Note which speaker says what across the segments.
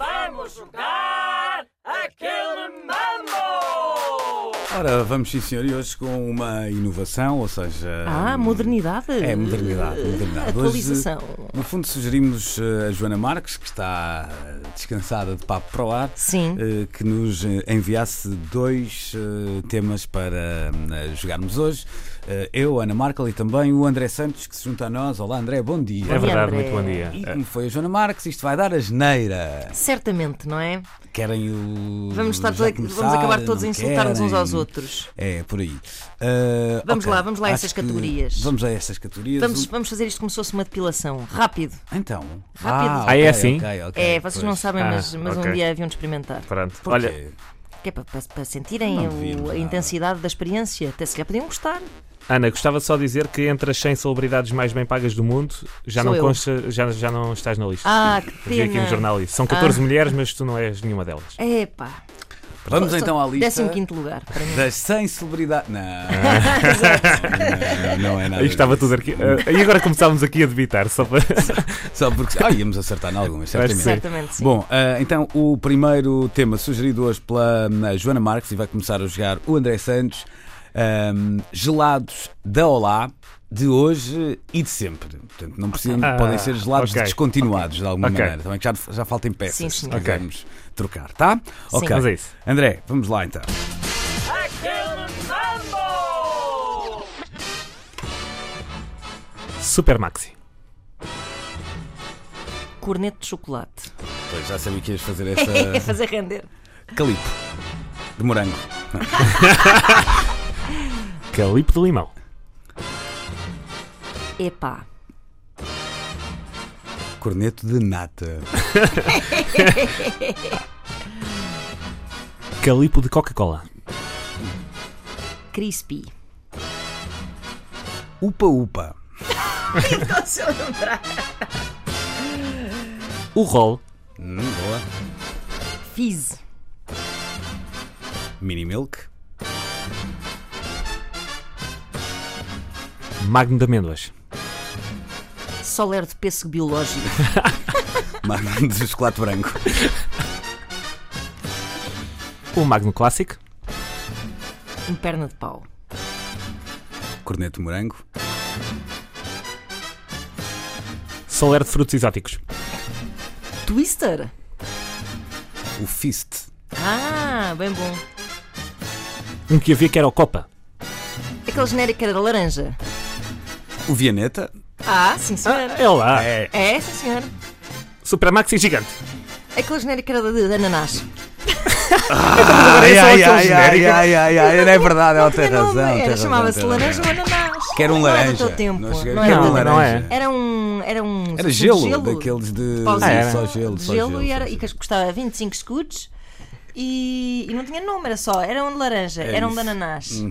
Speaker 1: Vamos jogar aquele mambo!
Speaker 2: Ora, vamos sim senhor, e hoje com uma inovação, ou seja.
Speaker 3: Ah,
Speaker 2: hum,
Speaker 3: modernidade.
Speaker 2: É, modernidade, modernidade.
Speaker 3: Atualização.
Speaker 2: Hoje, no fundo, sugerimos eh, a Joana Marques, que está eh, descansada de papo para o ar,
Speaker 3: Sim.
Speaker 2: eh, que nos eh, enviasse dois eh, temas para hum, eh, jogarmos hoje. Eh, Eu, Ana Markel e também o André Santos, que se junta a nós. Olá, André, bom dia.
Speaker 4: É verdade,
Speaker 3: André.
Speaker 4: muito bom dia. É,
Speaker 2: E como foi a Joana Marques, isto vai dar asneira.
Speaker 3: Certamente, não é?
Speaker 2: Querem o.
Speaker 3: Vamos, estar
Speaker 2: Hum, já
Speaker 3: todos a- vamos
Speaker 2: começar?
Speaker 3: acabar todos a
Speaker 2: Não
Speaker 3: insultar-nos uns aos
Speaker 2: querem?
Speaker 3: outros.
Speaker 2: É, por aí. Ah,
Speaker 3: Vamos
Speaker 2: ok.
Speaker 3: lá, vamos lá a
Speaker 2: Acho
Speaker 3: essas
Speaker 2: que
Speaker 3: categorias.
Speaker 2: Vamos a essas categorias.
Speaker 3: Vamos, vamos fazer isto como se fosse uma depilação. Rápido.
Speaker 2: Então.
Speaker 3: Rápido.
Speaker 2: Ah,
Speaker 3: Ah,
Speaker 4: é
Speaker 2: ok,
Speaker 4: assim?
Speaker 2: ok, ok,
Speaker 3: É, vocês
Speaker 2: pois.
Speaker 3: não sabem,
Speaker 4: Ah,
Speaker 3: mas, mas um
Speaker 4: ok.
Speaker 3: dia haviam de experimentar.
Speaker 4: Pronto.
Speaker 2: Porquê?
Speaker 4: Olha,
Speaker 3: Que é para, para- para sentirem
Speaker 2: Não
Speaker 3: o-
Speaker 2: devíamos
Speaker 3: a
Speaker 2: nada.
Speaker 3: intensidade da experiência. Até se calhar podiam gostar.
Speaker 4: Ana, gostava só de dizer que entre as 100 celebridades mais bem pagas do mundo, já,
Speaker 3: Sou
Speaker 4: não,
Speaker 3: eu.
Speaker 4: consta, já, já não estás na lista.
Speaker 3: Ah, que
Speaker 4: Vi aqui no
Speaker 3: pena. Ah. É.
Speaker 4: jornal isso. São 14 mulheres, mas tu não és nenhuma delas.
Speaker 3: Epá.
Speaker 2: Vamos então à lista
Speaker 3: 15 lugar para mim.
Speaker 2: das 100 celebridades. Não,
Speaker 3: Exato.
Speaker 2: não, não é nada.
Speaker 4: Aí estava
Speaker 2: disso.
Speaker 4: tudo aqui. Ah, e agora começámos aqui a debitar, só para.
Speaker 2: Só porque. Ah, íamos acertar em algumas,
Speaker 4: Acho que
Speaker 2: certamente.
Speaker 4: sim.
Speaker 3: Certamente sim.
Speaker 2: Bom, ah, então o primeiro tema sugerido hoje pela ah, Joana Marques e vai começar a jogar o André Santos. ahm, gelados da Olá de hoje e de sempre. Portanto, não precisam,
Speaker 4: Ah,
Speaker 2: podem ser gelados
Speaker 4: ok,
Speaker 2: descontinuados de alguma
Speaker 4: ok.
Speaker 2: maneira. Também que já, já faltem peças
Speaker 3: Sim, sim.
Speaker 2: se
Speaker 4: Ok.
Speaker 2: quisermos trocar, tá? Ok.
Speaker 4: Mas é isso.
Speaker 2: André, vamos lá então.
Speaker 1: Aquele mambo!
Speaker 4: Super Maxi.
Speaker 3: Corneto de chocolate.
Speaker 2: Pois já sabia que ias fazer
Speaker 3: É
Speaker 2: essa.
Speaker 3: fazer render.
Speaker 2: Calipo. De morango.
Speaker 4: Calipo de limão.
Speaker 3: Epá.
Speaker 2: Corneto de nata.
Speaker 4: Calipo de Coca-Cola.
Speaker 3: Crispy.
Speaker 2: Upa-upa.
Speaker 4: O rol.
Speaker 2: Hum, boa.
Speaker 3: Fizz.
Speaker 2: Mini milk.
Speaker 4: Magno de amêndoas.
Speaker 3: Soler de pêssego biológico.
Speaker 2: Magno de chocolate branco.
Speaker 4: O Magno Clássico.
Speaker 3: Um perna de pau.
Speaker 2: Corneto de morango.
Speaker 4: Soler de frutos exóticos.
Speaker 3: Twister.
Speaker 2: O fist.
Speaker 3: Ah, bem bom.
Speaker 4: Um que havia que era o Copa.
Speaker 3: Aquele genérico era laranja.
Speaker 2: O vianeta.
Speaker 3: Ah, sim senhor.
Speaker 4: É lá.
Speaker 3: É, sim senhor.
Speaker 4: Super Maxi gigante.
Speaker 3: Aquele genérico era de, de ananás.
Speaker 2: Ai,
Speaker 3: é
Speaker 4: só
Speaker 2: ai, ai,
Speaker 4: aquele
Speaker 2: ai,
Speaker 4: genérico.
Speaker 2: ai, ai, ai, não é verdade, ela tem
Speaker 3: Tinha
Speaker 2: razão.
Speaker 3: nome.
Speaker 2: tem
Speaker 3: Era,
Speaker 2: razão,
Speaker 3: chamava-se
Speaker 2: tem
Speaker 3: laranja
Speaker 2: razão.
Speaker 3: ou ananás.
Speaker 2: Quero um
Speaker 3: Não era do
Speaker 2: laranja.
Speaker 3: teu tempo.
Speaker 2: Não cheguei-
Speaker 3: Não
Speaker 2: Quero
Speaker 3: era.
Speaker 2: um
Speaker 4: Não, não
Speaker 2: laranja.
Speaker 3: Era um. Era um.
Speaker 2: Era
Speaker 3: de
Speaker 2: gelo, daqueles de.
Speaker 3: Pauzinho,
Speaker 4: Ah, era.
Speaker 2: Só gelo,
Speaker 3: de
Speaker 2: só
Speaker 3: gelo,
Speaker 2: gelo.
Speaker 3: e, era,
Speaker 2: só
Speaker 3: e que
Speaker 2: gelo.
Speaker 3: custava 25 escudos e, e não tinha nome, era só. Era um de laranja,
Speaker 2: É
Speaker 3: era um
Speaker 2: isso. Uhum.
Speaker 3: de ananás.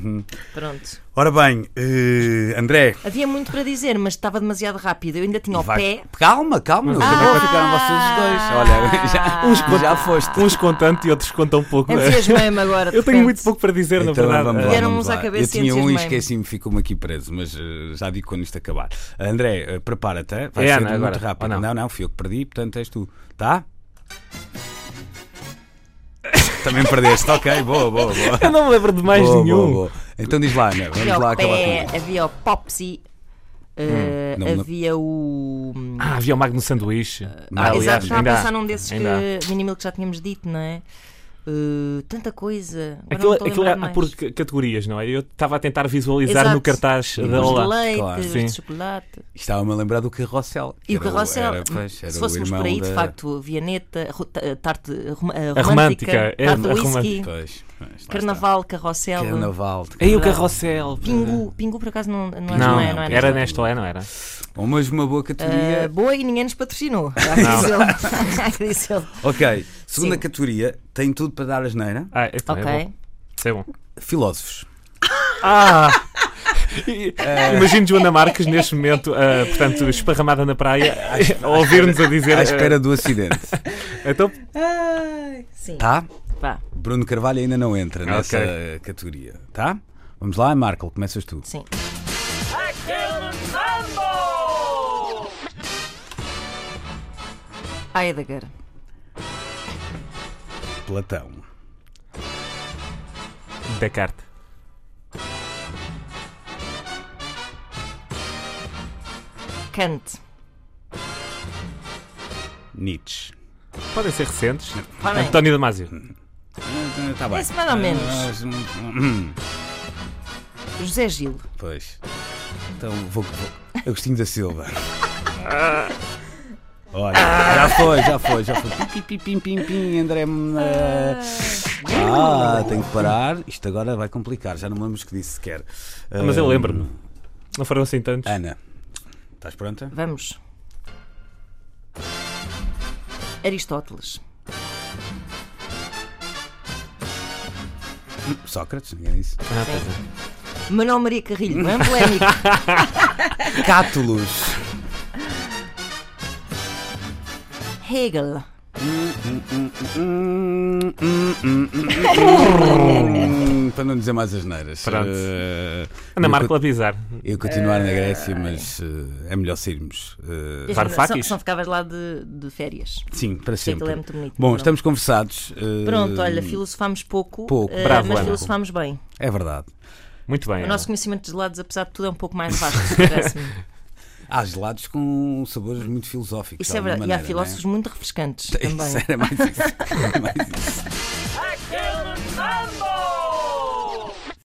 Speaker 3: Pronto.
Speaker 2: Ora bem, eh, André.
Speaker 3: Havia muito para dizer, mas estava demasiado rápido. Eu ainda tinha o
Speaker 2: vai-
Speaker 3: pé. Ah!
Speaker 2: Calma, calma, não sei como é que ficaram vocês dois. Olha, já, já foste.
Speaker 4: Uns com tanto e outros com tão
Speaker 3: É
Speaker 4: pouco. é?
Speaker 3: Entusiasmei-me agora. de
Speaker 4: Eu tenho
Speaker 3: repente.
Speaker 4: muito pouco para dizer, na
Speaker 2: Então,
Speaker 4: verdade.
Speaker 2: vamos lá,
Speaker 3: Deram
Speaker 2: vamos
Speaker 3: uns
Speaker 2: lá.
Speaker 3: à cabeça
Speaker 2: Eu tinha
Speaker 3: e
Speaker 2: um e
Speaker 3: entusiasmei-me.
Speaker 2: esqueci-me, ficou-me aqui preso, mas eh, já digo quando isto acabar. André, eh, prepara-te, eh? vai
Speaker 4: É,
Speaker 2: ser
Speaker 4: Ana,
Speaker 2: muito
Speaker 4: agora,
Speaker 2: rápido.
Speaker 4: ou
Speaker 2: Não?
Speaker 4: não?
Speaker 2: não, fui eu que perdi, portanto és tu, tá? Também perdeste, ok, boa, boa, boa.
Speaker 4: Eu não me lembro de mais
Speaker 2: Boa,
Speaker 4: nenhum.
Speaker 2: boa, boa. Então diz lá, Ana,
Speaker 3: Havia
Speaker 2: vamos lá
Speaker 3: o
Speaker 2: acabar
Speaker 3: pé,
Speaker 2: com isto. Hum,
Speaker 3: havia o Popsy, eh,
Speaker 2: não me lembro.
Speaker 3: havia o.
Speaker 4: Ah, havia o Magno Sanduíche.
Speaker 2: Ah,
Speaker 3: Exato,
Speaker 2: aliás,
Speaker 3: estava a
Speaker 4: ainda há,
Speaker 3: pensar num desses
Speaker 4: ainda há.
Speaker 3: que mínimo que já tínhamos dito, não é? Eh, tanta coisa. Agora
Speaker 4: Aquilo,
Speaker 3: não estou a
Speaker 4: aquilo é
Speaker 3: lembrar
Speaker 4: há
Speaker 3: de mais.
Speaker 4: por c- categorias, não é? Eu estava a tentar visualizar
Speaker 3: Exato.
Speaker 4: no cartaz da
Speaker 3: Os de
Speaker 4: Olá.
Speaker 3: leite,
Speaker 2: claro.
Speaker 3: os
Speaker 4: Sim.
Speaker 3: de chocolate.
Speaker 2: Estava-me a lembrar do carrossel.
Speaker 3: E o
Speaker 2: Era
Speaker 3: carrossel,
Speaker 2: era, pois, era
Speaker 3: se
Speaker 2: o
Speaker 3: fôssemos por
Speaker 2: irmão
Speaker 3: aí, de
Speaker 2: da-
Speaker 3: facto, Vianeta, ro- ta- tarte rom-
Speaker 4: A
Speaker 3: eh,
Speaker 4: romântica,
Speaker 3: romântica,
Speaker 4: é,
Speaker 3: tarte
Speaker 4: a
Speaker 3: whisky,
Speaker 4: romântica.
Speaker 2: Pois, mas lá está.
Speaker 3: carnaval, carrossel,
Speaker 2: Carnaval.
Speaker 4: Aí o carrossel.
Speaker 3: pingu, pingu por acaso não, não, acho que
Speaker 4: Não,
Speaker 3: não é, não é?
Speaker 4: era nesta Olé, não era?
Speaker 2: Ou mesmo uma boa
Speaker 3: Eh,
Speaker 2: categoria.
Speaker 3: boa e ninguém nos patrocinou, já disse ele. Já disse ele.
Speaker 2: Ok, segunda
Speaker 3: Sim.
Speaker 2: categoria, tem tudo para dar asneira.
Speaker 4: Ah, então é
Speaker 3: Ok.
Speaker 4: bom. Isso é bom.
Speaker 2: Filósofos.
Speaker 4: Ah! E-
Speaker 2: Eh,
Speaker 4: Imagino Joana Marques neste momento, ah, portanto, esparramada na praia, a ouvir-nos a dizer.
Speaker 2: À
Speaker 4: ah,
Speaker 2: espera do acidente.
Speaker 4: então,
Speaker 3: Sim,
Speaker 2: Tá?
Speaker 3: vá,
Speaker 2: Bruno Carvalho ainda não entra nessa
Speaker 4: Ok.
Speaker 2: categoria. Tá? Vamos lá, Marco, começas tu.
Speaker 3: sim.
Speaker 1: Aquele mambo!
Speaker 3: Heidegger,
Speaker 2: Platão.
Speaker 4: Descartes.
Speaker 3: Kant.
Speaker 2: Nietzsche.
Speaker 4: Podem ser recentes.
Speaker 3: Podem.
Speaker 4: António Damasio.
Speaker 2: Hum. Está Tá bem.
Speaker 3: Esse mais ou menos.
Speaker 2: Mas, hum, hum,
Speaker 3: José Gil.
Speaker 2: Pois. Então vou. vou. Agostinho da Silva. Olha, já foi, já foi, já foi. Pim, pim, pim, pim, pim, André. hum, eh, Ah, tenho que parar. Isto agora vai complicar. Já não me lembro o que disse sequer.
Speaker 4: Ah, Mas eu
Speaker 2: Hum, Ah,
Speaker 4: lembro-me. Não foram assim tantos.
Speaker 2: Ana, estás pronta?
Speaker 3: Vamos. Aristóteles.
Speaker 2: Sócrates, ninguém disse.
Speaker 4: Ah, pois é.
Speaker 3: Manuel Maria Carrilho. Não é polémico.
Speaker 2: Cátulos.
Speaker 3: Hegel.
Speaker 2: Hum, Para não dizer mais as neiras.
Speaker 4: Pronto.
Speaker 2: Eh,
Speaker 4: Ana
Speaker 2: eu
Speaker 4: Marco
Speaker 2: co-
Speaker 4: avisar.
Speaker 2: Eu continuar na Grécia, mas eh, é melhor sairmos. eh,
Speaker 4: Varoufakis?
Speaker 3: São ficavas lá de, de férias.
Speaker 2: sim, para sempre.
Speaker 3: Aquilo é muito bonito.
Speaker 2: Bom,
Speaker 3: não?
Speaker 2: estamos conversados. eh,
Speaker 3: Pronto, olha, filosofámos pouco,
Speaker 2: pouco.
Speaker 3: eh,
Speaker 4: Bravo,
Speaker 3: mas
Speaker 4: Ana.
Speaker 3: filosofámos bem.
Speaker 2: É verdade.
Speaker 4: Muito bem.
Speaker 3: O
Speaker 4: Ana.
Speaker 3: nosso conhecimento de gelados, apesar de tudo, é um pouco mais vasto, se parece-me.
Speaker 2: Há gelados com sabores muito filosóficos.
Speaker 3: Isso
Speaker 2: de
Speaker 3: é
Speaker 2: alguma
Speaker 3: verdade. e há
Speaker 2: maneira,
Speaker 3: filósofos muito refrescantes
Speaker 2: não é? Isso
Speaker 3: também.
Speaker 2: era mais isso. Era mais isso.
Speaker 1: I kill 'em mambo.